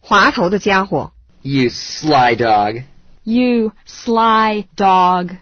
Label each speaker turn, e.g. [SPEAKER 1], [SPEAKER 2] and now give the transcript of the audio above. [SPEAKER 1] 滑头的家伙。
[SPEAKER 2] You sly dog.
[SPEAKER 3] You sly dog.